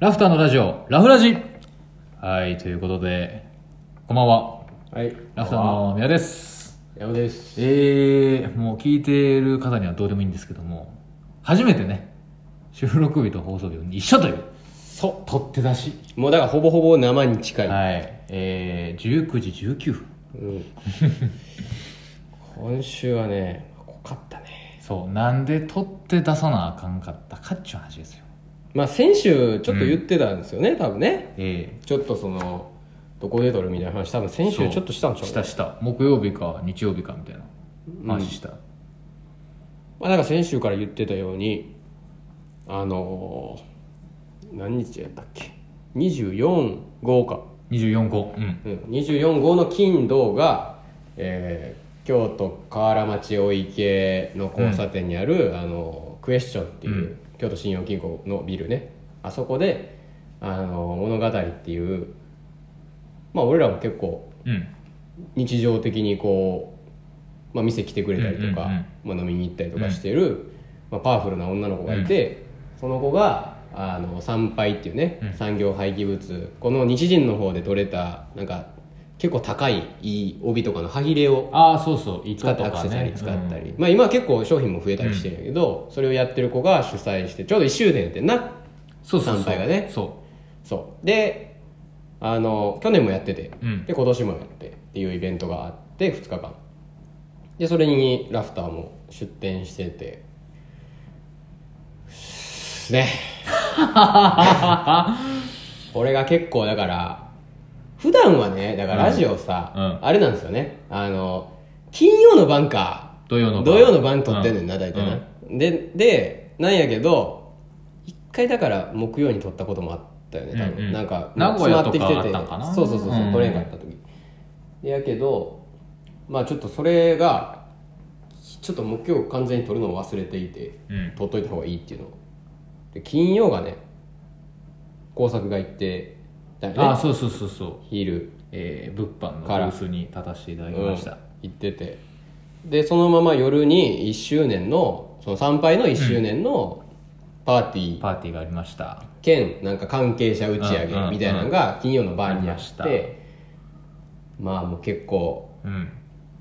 ラフターのラジオ、ラフラジはい、ということで、こんばんは。はい。ラフターの宮です。ヤムです。えー、もう聞いてる方にはどうでもいいんですけども、初めてね、収録日と放送日を一緒という、そ取って出し。う。もうだからほぼほぼ生に近い。はい、えー、19時19分。うん、今週はね、濃かったね。そう、なんで取って出さなあかんかったかっちゅう話ですよ。まあ先週ちょっと言ってたんですよね、多分ね。えちょっとその、どこで撮るみたいな話、多分先週ちょっとしたんー、ちゃうしたした。木曜日か日曜日かみたいな話した。まあなんか先週から言ってたように、あのー何日やったっけ ?24 号か。 24個。うん。うん、24号の金土が、えー京都河原町大池の交差点にある、あのクエスチョンっていう、うん京都信用金庫のビルねあそこであの物語っていうまあ俺らも結構うん。日常的にこう、まあ、店来てくれたりとか、うんうんまあ、飲みに行ったりとかしてる、まあ、パワフルな女の子がいて、その子があの参拝っていうね、うん産業廃棄物この西陣の方で取れたなんか結構高いいい帯とかの歯切れをああそうそう糸使っとてか、ね、アクセサリー使ったり、まあ、今は結構商品も増えたりしてるんやけど、それをやってる子が主催してちょうど1周年やってんなそうそうそう参拝がねそそうであの去年もやってて、うんで今年もやってっていうイベントがあって2日間でそれにラフターも出店してて ね俺が結構だから普段はねだからラジオさ、うんうんあれなんですよねあの金曜の晩かう土曜の晩土曜の晩撮ってんねんな、う大体な、ででなんやけど一回だから木曜に撮ったこともあったよね多分、うんうんなんか名古屋とか詰まってきててあったんかなそうそうそうそう、うんうん撮れんかった時でやけどまあちょっとそれがちょっと木曜完全に撮るのを忘れていてうん撮っといた方がいいっていうので金曜がね工作が行ってたよねああそうそうそうそう昼えー、物販のブからースに立たせていただきました、うん行っててでそのまま夜に1周年のその参拝の1周年のパーティーパーティーがありました兼なんか関係者打ち上うんうんうげんみたいなのが金曜の晩にあありましったてまあもう結構うん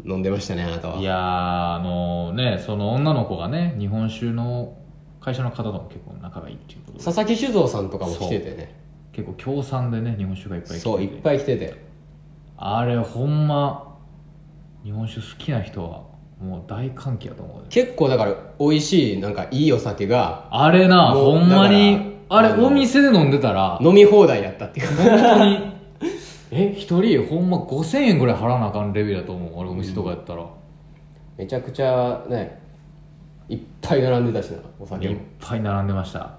飲んでましたねあなたはいやーあのねその女の子がね日本酒の会社の方とも結構仲がいいっていうことで佐々木酒造さんとかも来ててね結構協賛でね日本酒がいっぱい来ててそういっぱい来ててあれほんま日本酒好きな人はもう大歓喜やと思うね結構だから美味しいなんかいいお酒があれなもほうんまにだあかられあのお店で飲んでたら飲み放題やったっていう 本当にえ一人ほんま5000円ぐらい払わなあかんレベルだと思う俺お店とかやったら、めちゃくちゃねいっぱい並んでたしなおい酒もっぱい並んでました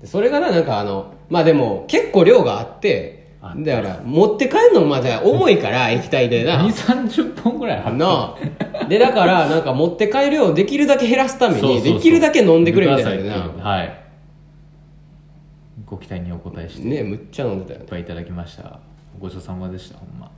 でそれがななんかあのまあでも結構量があってあだから持って帰るのもまあじゃあ重いから液体でな2 3 0本ぐらい払っなあでだからなんか持って帰る量をできるだけ減らすたためにできるだけ飲んでくれみたいくださっていうなはいご期待にお応えしていっねむっちゃ飲んでたよねぱいいただきましたごちそうさまでしたほんま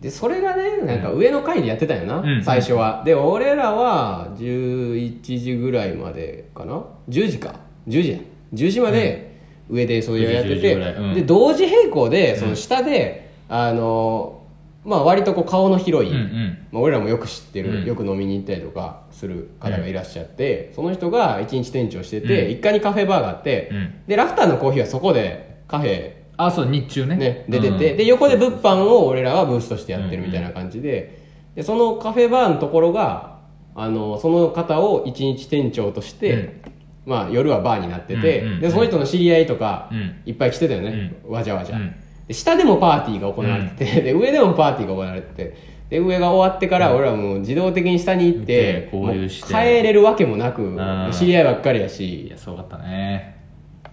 でそれがねなんか上の階でやってたよな、うん最初はで俺らは11時ぐらいまでかな10時か10時や10時まで上でそういうのやって10時て、ぐらいうんで同時並行でその下で、あのまあ割とこう顔の広い、うんうんまあ、俺らもよく知ってうる、んよく飲みに行ったりとかする方がいらっしゃって、その人が一日店長してて、うん一階にカフェバーがあって、うんでラフターのコーヒーはそこでカフェあそう日中ねね、出てうんて、で横で物販を俺らはブースとしてやってるみたいな感じで,、でそのカフェバーのところがあのその方を一日店長として、まあ、夜はバーになってて、うんうんでその人の知り合いとかうんいっぱい来てたよね、わじゃわじゃ、うんで下でもパーティーが行われてて、で上でもパーティーが行われててで上が終わってから俺らもう自動的に下に行って、行って交流してもう帰れるわけもなく、ん知り合いばっかりやいし、やすごかったね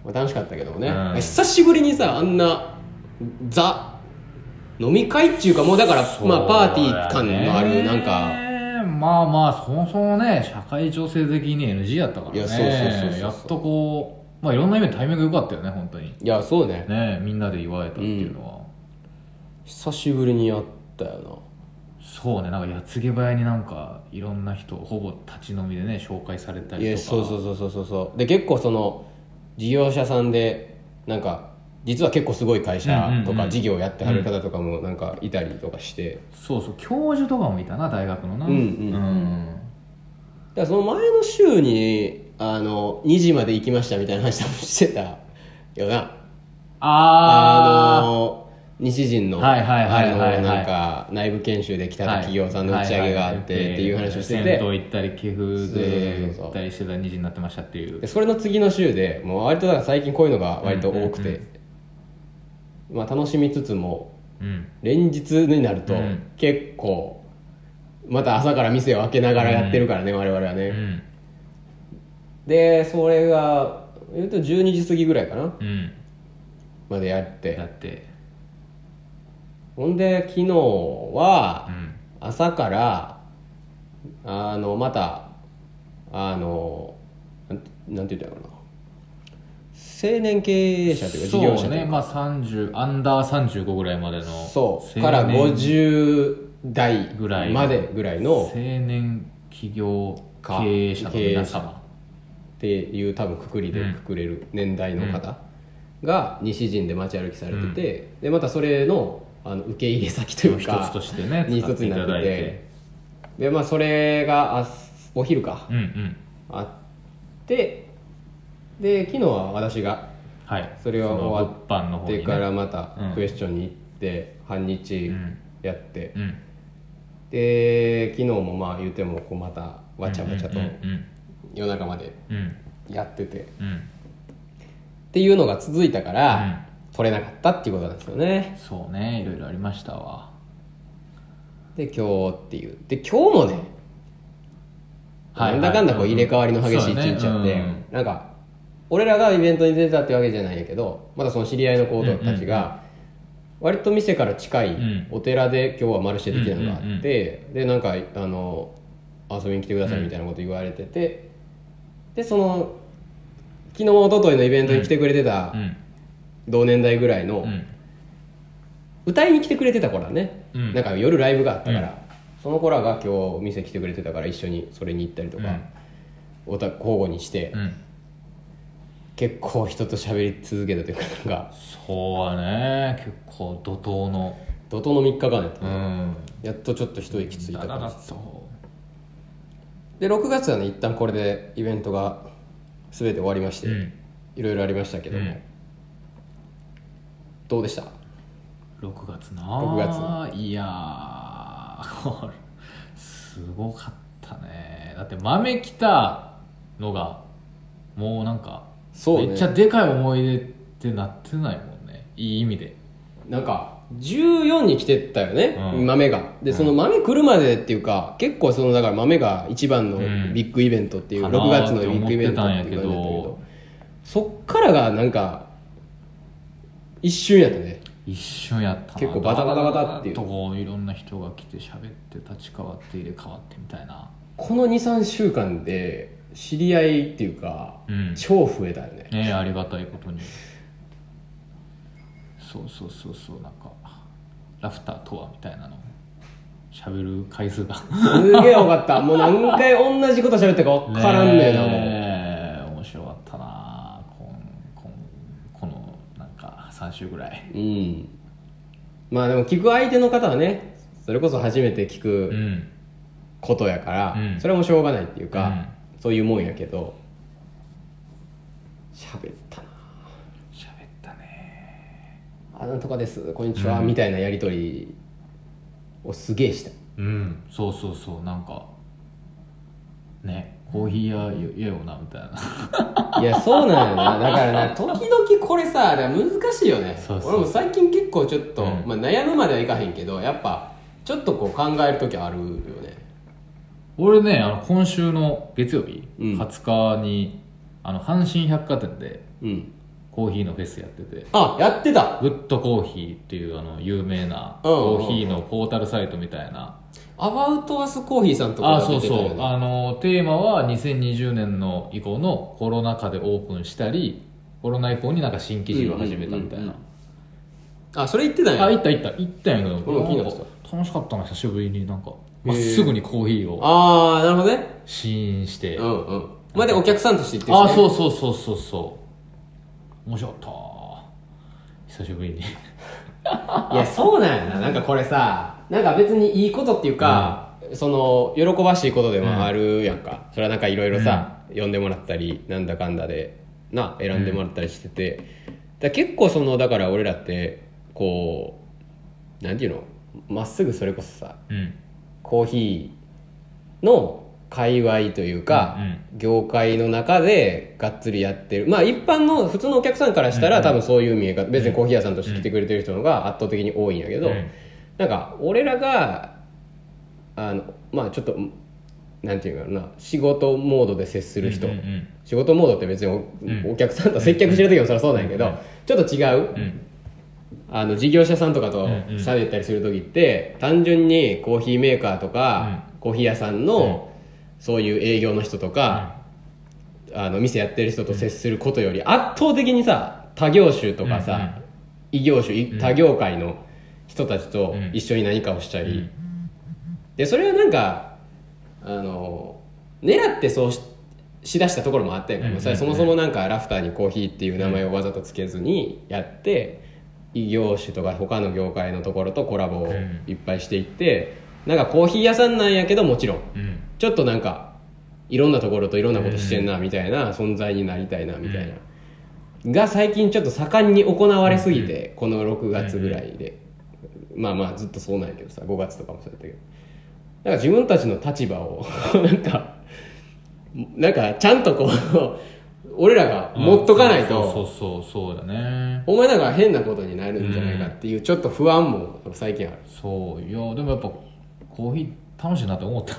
まあ、楽しかったけどもね、うん久しぶりにさあんなザ飲み会っていうかもうだからまあパーティー感のあるなんか、かまあまあそもそもね社会情勢的に NG やったからねいやそうそうそうそうやっとこうまあいろんな意味でタイミング良かったよね本当にいやそうねねみんなで祝えたっていうのは、久しぶりにやったよそうねなんか矢継ぎ早になんかいろんな人ほぼ立ち飲みでね紹介されたなりいとかやそうそうそうそうそうそうで結構その事業者さんでなんか実は結構すごい会社とうんうんうかん事業やってはる方とかもなんかいたりとかしてそうそう教授とかもいたな大学のなうんうんうんんだからその前の週にあの2時まで行きましたみたいな話多分してたよなああの西陣のはいはいはいはいはいあのなんか内部研修で北ー田企業さんの打ち上げがあってっていう話をして銭て湯行ったり寄付で行ったりしてた2時になってましたっていうでそれの次の週でもう割とだから最近こういうのが割と多くて、まあ、楽しみつつもうん連日になるとうん結構また朝から店を開けながらやってるからね、我々はうね、んでそれが言うと12時過ぎぐらいかなうんまでやってだってほんで昨日はうん朝からあのまたあのなんてなんて言ったらいいのかな青年経営者というか事業そ者うとねいうかまあ30アンダー35ぐらいまでのそう青年から50代ぐらいまでぐらいの青年起業経営者の皆様っていう多分くくりでうんくくれる年代の方が西陣で街歩きされてて、でまたそれのあの受け入れ先とい一うかつとしてねに使一っつていになたってだていてでまあそれがあお昼かうんうんあってで昨日は私がはいそれはの終わっ物販の方にでねからまたうんクエスチョンに行って半日うんやって、うんで昨日もまあ言ってもこうまたわちゃわちゃとうんうん夜中までうんやっててっうんうんていうのが続いたから、うん取れなかったっていうことなんですよねそうねいろいろありましたわで今日っていうで今日もね、はいなんだかんだこうはい入れ替わりの激しい一日そやっうて、だねなんか俺らがイベントに出たってわけじゃないんやけどまだその知り合いの子たちが、割と店から近いんお寺で今日はマルシェ的なのがあって、でなんかあの遊びに来てくださいみたいなこと言われてて、でその昨日一昨日のイベントに来てくれてたうん同年代ぐらいの、うん歌いに来てくれてた子らね、うんなんか夜ライブがあったから、その子らが今日お店来てくれてたから一緒にそれに行ったりとか、おた交互にして、うん結構人と喋り続けたというかなんかそうはね結構怒涛の怒涛の3日間やったうんやっとちょっと一息ついただ感だじだとで6月はね一旦これでイベントが全て終わりまして、うんいろいろありましたけども、うんどうでした6月な6月いやー これすごかったねだって豆来たのがもうなんかそうねめっちゃでかい思い出ってなってないもんねいい意味でなんか14に来てったよね、うん豆がでその豆来るまでっていうか結構そのだから豆が一番のんビッグイベントっていう、かな6ー月のビッグイベントっていう感じだったけって思どそっからがなんか一瞬やったね一瞬やったな結構バタバタバタっていうだーっとこういろんな人が来て喋って立ち代わって入れ替わってみたいなこの23週間で知り合いっていうか、うん超増えたよねねありがたいことにそうそうそうそうなんかラフターとはみたいなの喋る回数 がすげえよか ったもう何回同じこと喋ったか分からんねえなもうねえ面白かったなこんこんこのなんか3週ぐらいうんまあでも聞く相手の方はねそれこそ初めて聞くうんことやから、うんそれはもうしょうがないっていうか、そういうもんやけど喋ったな喋ったね「あなんとかですこんにちは」みたいなやり取りをすげえしたうんそうそうそうなんかねコーヒー屋やよなみたいないやそうなんやなだから な時々これさだから難しいよねそうそう俺も最近結構ちょっと、うんまあ、悩むまではいかへんけどやっぱちょっとこう考える時あるよね俺ねあの今週の月曜日、うん20日にあの阪神百貨店でうんコーヒーのフェスやっててあやってたグッドコーヒーっていうあの有名なうんうんうんコーヒーのポータルサイトみたいな、アバウトアスコーヒーさんとかあがそ出うてたそようねあのテーマは2020年の以降のコロナ禍でオープンしたりコロナ以降になんか新規事業始めたみたいな、うんうんうんあそれ言ってたんやあ行った行った行ったんやけど、うんなんか昨楽しかったな久しぶりになんかまっすぐにコーヒーをあーなるほどね試飲して、うんうんまあでお客さんとして行ってああるしねそうそうそうそうそう面白かっ久しぶりにいやそうなんやななんかこれさなんか別にいいことっていうか、その喜ばしいことでもあるやんか、それはなんかいろいろさ、呼んでもらったりなんだかんだでな選んでもらったりしてて、だから結構そのだから俺らってこうなんていうのまっすぐそれこそさうんコーヒーの界隈というか、業界の中でがっつりやってるまあ一般の普通のお客さんからしたら、多分そういう見え方別にコーヒー屋さんとして来てくれてる人の方が圧倒的に多いんやけど、うんなんか俺らがあのまあちょっとなんていうかな仕事モードで接する人、うんうん仕事モードって別にお,、ん客さんと接客してる時もそりゃそうなんやけど、ちょっと違う、うんあの事業者さんとかとうんうん喋ったりする時って、単純にコーヒーメーカーとか、コーヒー屋さんの、そういう営業の人とか、あの店やってる人と接することより圧倒的にさ他業種とかうんうさ、異業種い他業界の人たちとうん一緒に何かをしたり、でそれはなんかあの狙ってそうししだしたところもあったんやけど、うんうんうんそれはそもそもなんかラフターにコーヒーっていう名前をわざとつけずにやって異業種とか他の業界のところとコラボをんいっぱいしていって、なんかコーヒー屋さんなんやけどもちろんうんうんちょっとなんかいろんなところといろんなことしてんなみたいな存在になりたいなみたいな、が最近ちょっと盛んに行われすぎて、この6月ぐらいで、まあまあずっとそうなんやけどさ5月とかもそうやったけどなんか自分たちの立場を なんかなんかちゃんとこう俺らが持っとかないと、そうそうそうそうだねお前なんか変なことになるんじゃないかっていうちょっと不安も最近ある、そういやでもやっぱコーヒー楽しいなって思った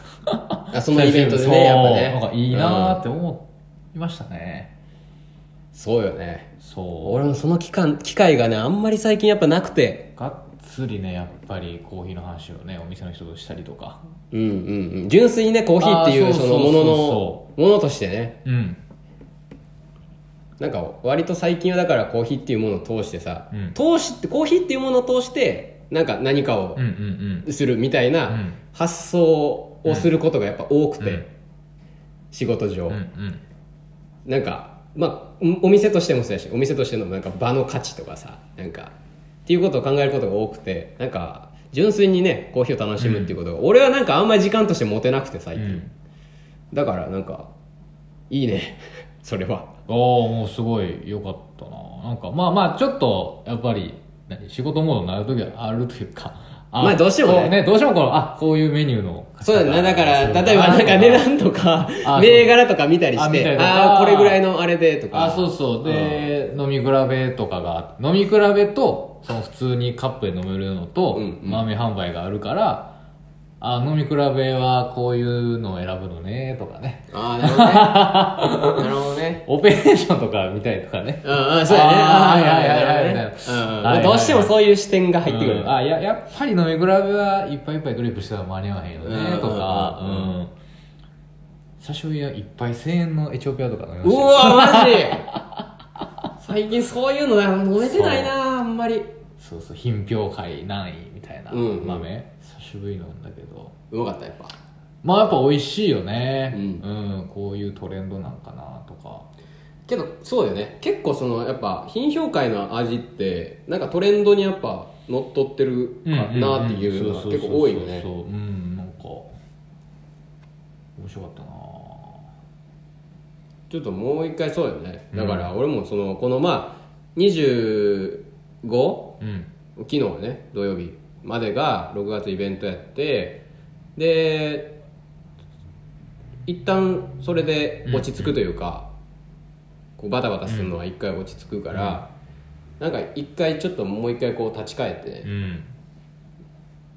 あそのイベントでそうねやっぱねなんかいいなーうんって思いましたね、そうよねそう俺もその期間機会がねあんまり最近やっぱなくてがっつりねやっぱりコーヒーの話をねお店の人としたりとかうんうんうん純粋にねコーヒーっていあうーそそうのそうそもうのそのものとしてねうんなんか割と最近はだからコーヒーっていうものを通してさ、うん通してコーヒーっていうものを通してなんか何かをうんうんするみたいな、うん発想をすることがやっぱ多くて、うん仕事上、うんうんうんなんかまあおお店としてもそうやしお店としてのなんか場の価値とかさなんかっていうことを考えることが多くてなんか純粋にねコーヒーを楽しむっていうことが、俺はなんかあんまり時間として持てなくて最う近、んだからなんかいいね それはああもうすごい良かったななんかまあまあちょっとやっぱり何仕事モードになる時はあるというかあまあどうしてもねこどうしてもこのあこういうメニューのそうだねだからそう例えばなんか値段とかあ銘柄とか見たりしあ見たてりとかああーこれぐらいのあれでとかあそうそうで、飲み比べとかが飲み比べとその普通にカップで飲めるのと、うんうん豆販売があるからあ飲み比べはこういうのを選ぶのねとかね ああなるほどねなるほどねオペレーションとか見たりとかね うんうん、そうやね。あーうんはいはいはいはいなるほどねはいうんはいはいどうしてもそういう視点が入ってくうるん。あややっぱり飲み比べはいっぱいいっぱいグレープしてたら間に合わへんよねとか、ううんん久しぶりはいっぱい1000円のエチオピアとか飲みましうたよわ、マジ最近そういうのなんか飲めてないな、あんまり。そうそう品評会何位みたいなうんうん豆、久しぶりなんだけどうまかった、やっぱ。まあやっぱ美味しいよねううんん、こういうトレンドなんかなとかけど、そうよね。結構その、やっぱ、品評会の味って、なんかトレンドにやっぱ、乗っ取ってるかなっていうのが結構多いよそうね。そうそうそううんなんか面白かったなちょっともう一回そうよね。だから、俺もその、このまあ、25? うん昨日ね土曜日までが6月イベントやってで一旦それで落ち着くというか、こうバタバタするのは一回落ち着くから、なんか一回ちょっともう一回こう立ち返ってね、うん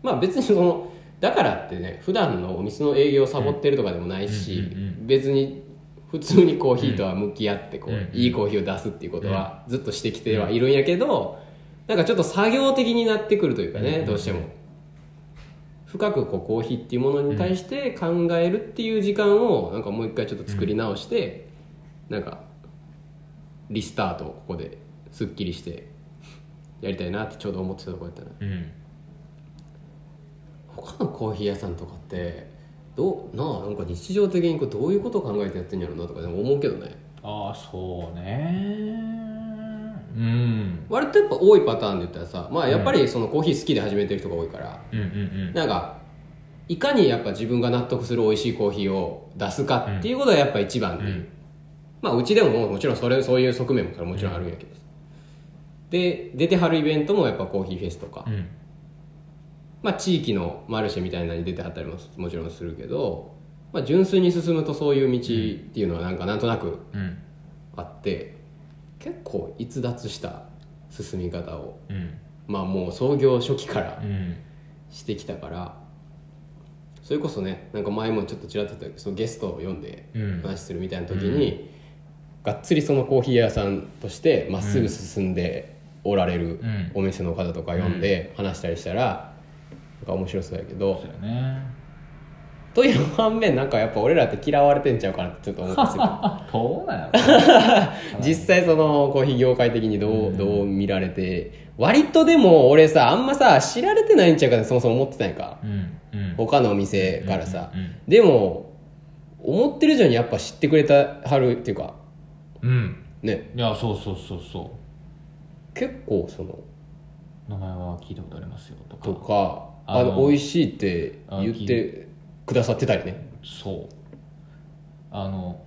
まあ別にそのだからってね普段のお店の営業をサボってるとかでもないし、うんうんうん別に普通にコーヒーとは向き合ってこう、うんいいコーヒーを出すっていうことはずっとしてきてはいるんやけど、なんかちょっと作業的になってくるというかね、どうしても深くこうコーヒーっていうものに対して考えるっていう時間をなんかもう一回ちょっと作り直して、なんかリスタートをここですっきりしてやりたいなってちょうど思ってたとこやったな。うん他のコーヒー屋さんとかってどうなあなんか日常的にこうどういうことを考えてやってんやろうなとかでも思うけどねああそうねうん割とやっぱ多いパターンで言ったらさまあやっぱりそのコーヒー好きで始めてる人が多いから、うんうんなんかいかにやっぱ自分が納得する美味しいコーヒーを出すかっていうことがやっぱ一番っていう、うんまあうちでももうもちろんそれそういう側面もそれもちろんあるんやけどさ、で出てはるイベントもやっぱコーヒーフェスとか、うんうんまあ、地域のマルシェみたいなのに出てはったりももちろんするけど、まあ、純粋に進むとそういう道っていうのはなんかなんとなくうんあって結構逸脱した進み方をうんまあもう創業初期からうんしてきたからそれこそねなんか前もちょっとちらっと言ったけどそのゲストを呼んでうん話するみたいな時に、がっつりそのコーヒー屋さんとしてまっすぐ進んでおられるうんお店の方とか呼んで話したりしたら、なんか面白そうやけどそうだよねという反面なんかやっぱ俺らって嫌われてんちゃうかなってちょっと思ったんですよあどうなんや 実際そのコーヒー業界的にどう,、うんどう見られて割とでも俺さあんまさ知られてないんちゃうかなってそもそも思ってたんやんかろうんうん他のお店からさ、うんでも思ってる以上にやっぱ知ってくれたはるっていうかうんうんねいやそうそうそうそ結構そのう名前は聞いたことありますよとかとかああのの美味しいって言ってくださってたりねそうあの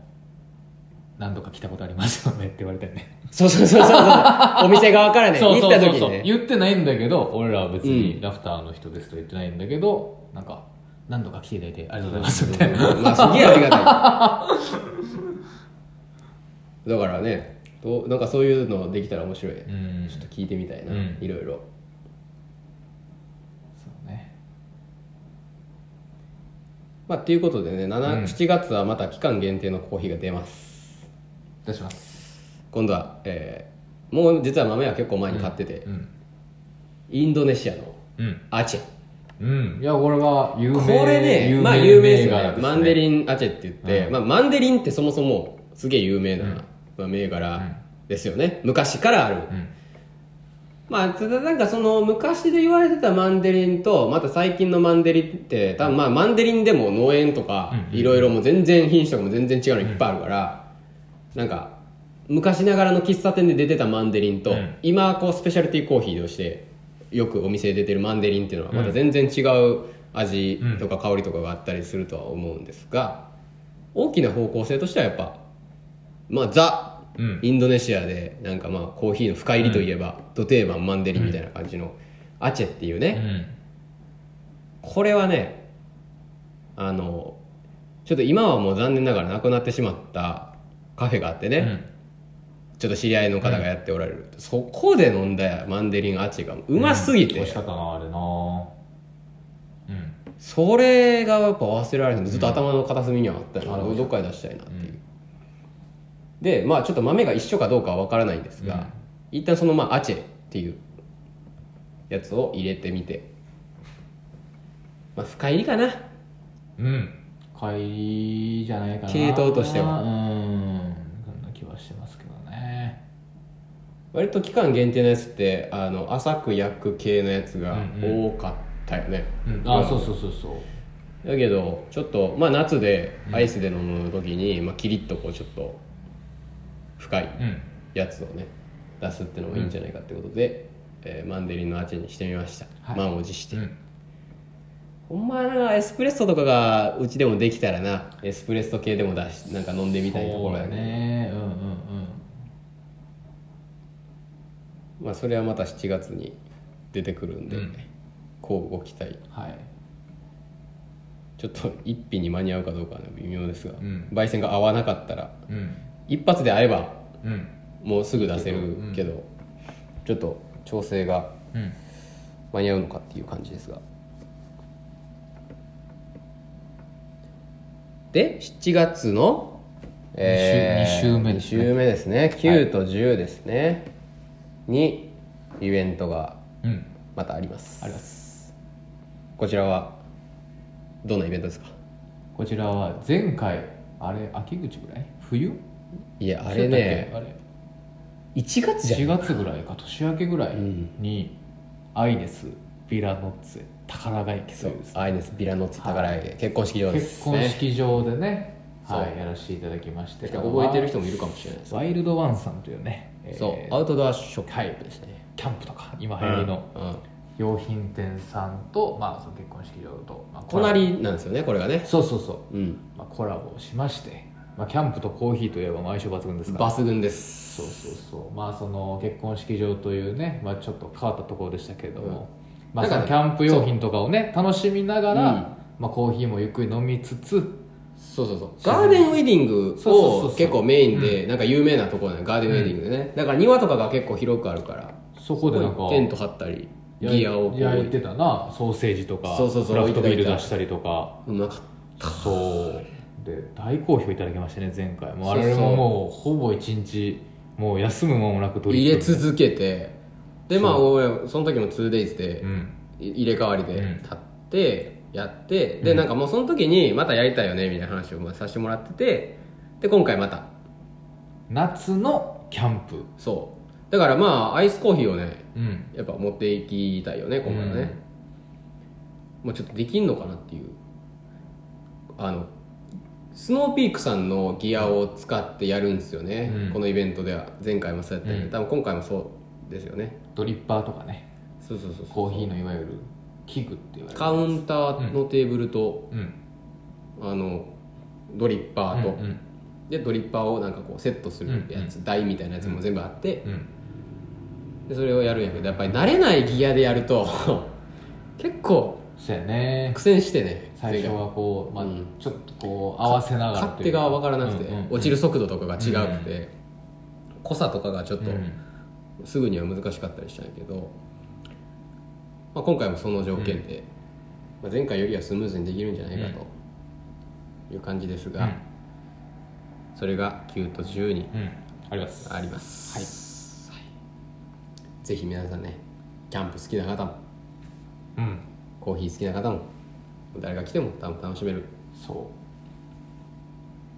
何度か来たことありますよねって言われたよねそうそうそうそ うそうお店側からねそうそうそう行ったそ時う、にね言ってないんだけど俺らは別うにんラフターの人ですと言ってないんだけど、なんか何度か来ていただいてありがとうございますみたいなまあすげえありがたいだからねどうなんかそういうのできたら面白い、うちんょっと聞いてみたいな、うんいろいろそうねまあっていうことでね7、うん7月はまた期間限定のコーヒーが出ます出します今度は、えーもう実は豆は結構前に買ってて、うんインドネシアのうんアチェうんいやこれは有名これねまあ有名ですよねマンデンリンアチェって言って、うんまあ、マンデリンってそもそもすげえ有名な、まあ、銘柄ですよね、昔からある、うんまあただなんかその昔で言われてたマンデリンとまた最近のマンデリンって多分まあマンデリンでも農園とかうんいろいろもう全然品種とかも全然違うのいっぱいあるから、なんか昔ながらの喫茶店で出てたマンデリンと、うん今こうスペシャルティーコーヒーとしてよくお店で出てるマンデリンっていうのはまた全然違う味とか香りとかがあったりするとは思うんですが大きな方向性としてはやっぱまあザうんインドネシアでなんかまあコーヒーの深入りといえば、ド定番マンデリンみたいな感じのアチェっていううね、んこれはねあのちょっと今はもう残念ながらなくなってしまったカフェがあってね、ちょっと知り合いの方がやっておられる、そこで飲んだマンデリンアチェがうますぎて、美味しかったなあれなうんそれがやっぱ忘れられないずっと頭の片隅にはあったよ、あれ美味しかったどっかで出したいなっていう、でまあちょっと豆が一緒かどうかは分からないんですが、一旦そのまあアチェっていうやつを入れてみてまあ深入りかなうん帰りじゃないかな系統としてはうんそんな気はしてますけどね割と期間限定のやつってあの浅く焼く系のやつがうんう多かったよね、うんうあんそうそうそうそうだけどちょっとまあ夏でアイスで飲む時に、まあ、キリッとこうちょっと深いうんやつをね出すってのもいいんじゃないかってことで、えーマンデリンのアーチにしてみました、はい満を持して、うんほんまなエスプレッソとかがうちでもできたらなエスプレッソ系でも出しなんか飲んでみたいところそやうだねねうんうんうんまあそれはまた7月に出てくるんで、うんこうご期待はいちょっと一品に間に合うかどうかはね微妙ですが、ん焙煎が合わなかったらうん一発で合えばうんもうすぐ出せるけど、ちょっと調整がうん間に合うのかっていう感じですがで7月の、二週二週目でですすねねですね9と10ですね、にイベントがうんまたありますありますこちらはどんなイベントですかこちらは前回あれ秋口ぐらい冬いやあれねあれ1月じゃ4ん月ぐらいか年明けぐらいに「アイネス・ヴィラノッツェ宝ヶ池」というですねアイネス・ビラノッツ宝屋結婚式場です、ね、結婚式場でねそうはいやらせていただきまして覚えてる人もいるかもしれないですワイルドワンさんというねえーそうアウトドアショップですね、キャンプとか今流行りのうん用品店さんと、まあ、その結婚式場と、まあ、コラボ隣なんですよねこれがねそうそうそううんまあ、コラボをしまして、まあ、キャンプとコーヒーといえば相性抜群ですから抜群ですそうそうそうまあその結婚式場というね、まあ、ちょっと変わったところでしたけれども、まあ、そなんのキかャンプ用品とかをね楽しみながら、うんまあ、コーヒーもゆっくり飲みつつそうそうそうガーデンウェディンそうそうグそうをそう結構メインでなんか有名なところだねガーデンウェディングでねだから庭とかが結構広くあるからそこでなんかテント張ったり焼いギアをこう焼いてたなソーセージとかそうそうそうクラフトビール置いてた出したりとかうまかっそうで大好評いただきましたね前回もうそうそう我々ももうほぼ一日もう休む間もなくた取り入組れんで続けてでまあ俺その時も 2days でうんい入れ替わりでうん立ってやって、でなんかもうその時にまたやりたいよねみたいな話をまあさせてもらっててで今回また夏のキャンプそうだからまあアイスコーヒーをねうんやっぱ持っていきたいよね今回はね、もうちょっとできんのかなっていうあのスノーピークさんのギアを使ってやるんですよね、うんこのイベントでは前回もそうやったけど、うん多分今回もそうですよねドリッパーとかねそうそうそうそうコーヒーのいわゆる器具って言われるカウンターのテーブルと、うんあのドリッパーと、うんうんでドリッパーをなんかこうセットするやつ、台みたいなやつも全部あって、うんでそれをやるんやけどやっぱり慣れないギアでやると 結構そうやね苦戦してね最初はこう、まあうんちょっとこう合わせながら勝とい手うかが分からなくて、うんうんうん落ちる速度とかが違うくて、濃さとかがちょっと、うんすぐには難しかったりしたんやけど、まあ、今回もその条件で、まあ、前回よりはスムーズにできるんじゃないかという感じですが、うんそれが9と10にうんありますあります、はいぜひ皆さんねキャンプ好きな方もうんコーヒー好きな方も誰が来ても多分楽しめる、そ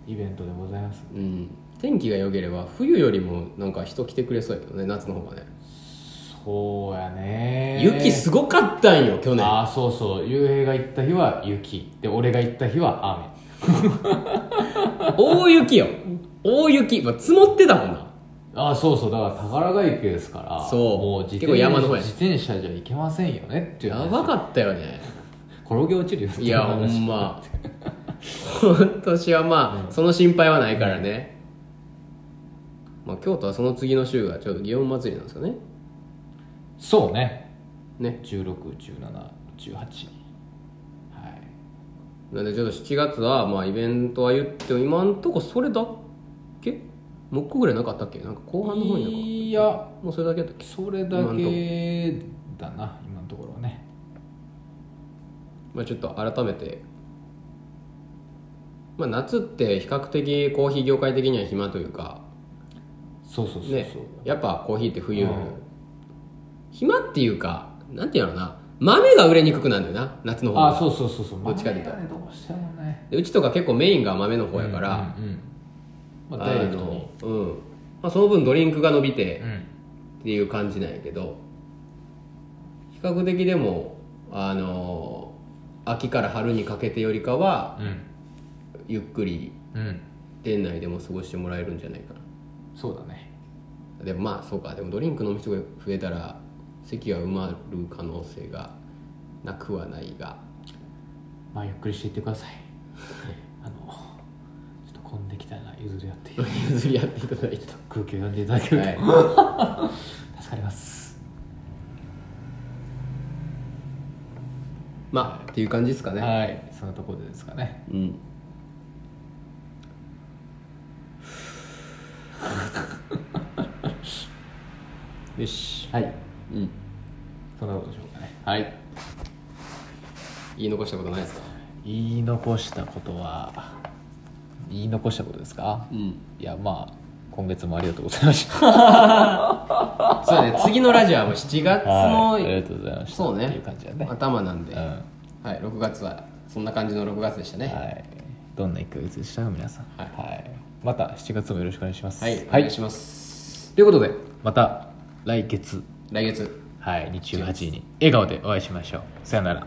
うイベントでございますうん、天気が良ければ冬よりもなんか人来てくれそうやけどね夏の方がね、そうやね雪すごかったんよ去年ああそうそう雄平が行った日は雪で俺が行った日は大雪よ大雪、まあ、積もってたもんな雨ああそうそうだから宝ヶ池ですからそうもう自結構転車山の方や自転車じゃ行けませんよねっていうや話ばかった よね転げ落ちるよっていうや話ほんま今年はまあ、その心配はないからね、まあ、京都はその次の週がちょっと祇園祭りなんですよねそうねね161718はいなんでちょっと7月はまあイベントは言っても今んとこそれだけもう一個ぐらいなかったっけなんか後半の方になんかいやもうそれだけやったっけそれだけだな今のところはねまあ、ちょっと改めて、まあ、夏って比較的コーヒー業界的には暇というか、そうそうそうそう、ね、やっぱコーヒーって冬、うん暇っていうかなんていうのかな豆が売れにくくなるんだよな夏の方あがあそうそうそうそうどっちかというと豆がねどうしてもねでうちとか結構メインが豆の方やから、うんうんうんまああのダイレクトにうんまあ、その分ドリンクが伸びてうんっていう感じなんやけど比較的でもあの秋から春にかけてよりかはゆっくりうんうん店内でも過ごしてもらえるんじゃないかそうだねなでもまあそうかでもドリンク飲む人が増えたら席は埋まる可能性がなくはないがまあゆっくりしていってくだ さいあのちょっと混んできたら譲り合って譲り合っていただいた空気を読んでいただけると、 は助かりますいまあっていう感じですかね、はいそのところでですかね うんよしはいうんそんなことでしょうかねはい言い残したことないですか言い残したことは言い残したことですか、うんいやまあ今月もありがとうございま したそうだね次のラジオはもう7月の、はいありがとうございましたそうねっていう感じだね、頭なんで、うんはい6月はそんな感じの6月でしたねはいどんな1ヶ月でしたか皆さん、はいまた7月もよろしくお願いしますはい、お願いしますということでまた来月、来月はい、日曜8時に笑顔でお会いしましょうさよなら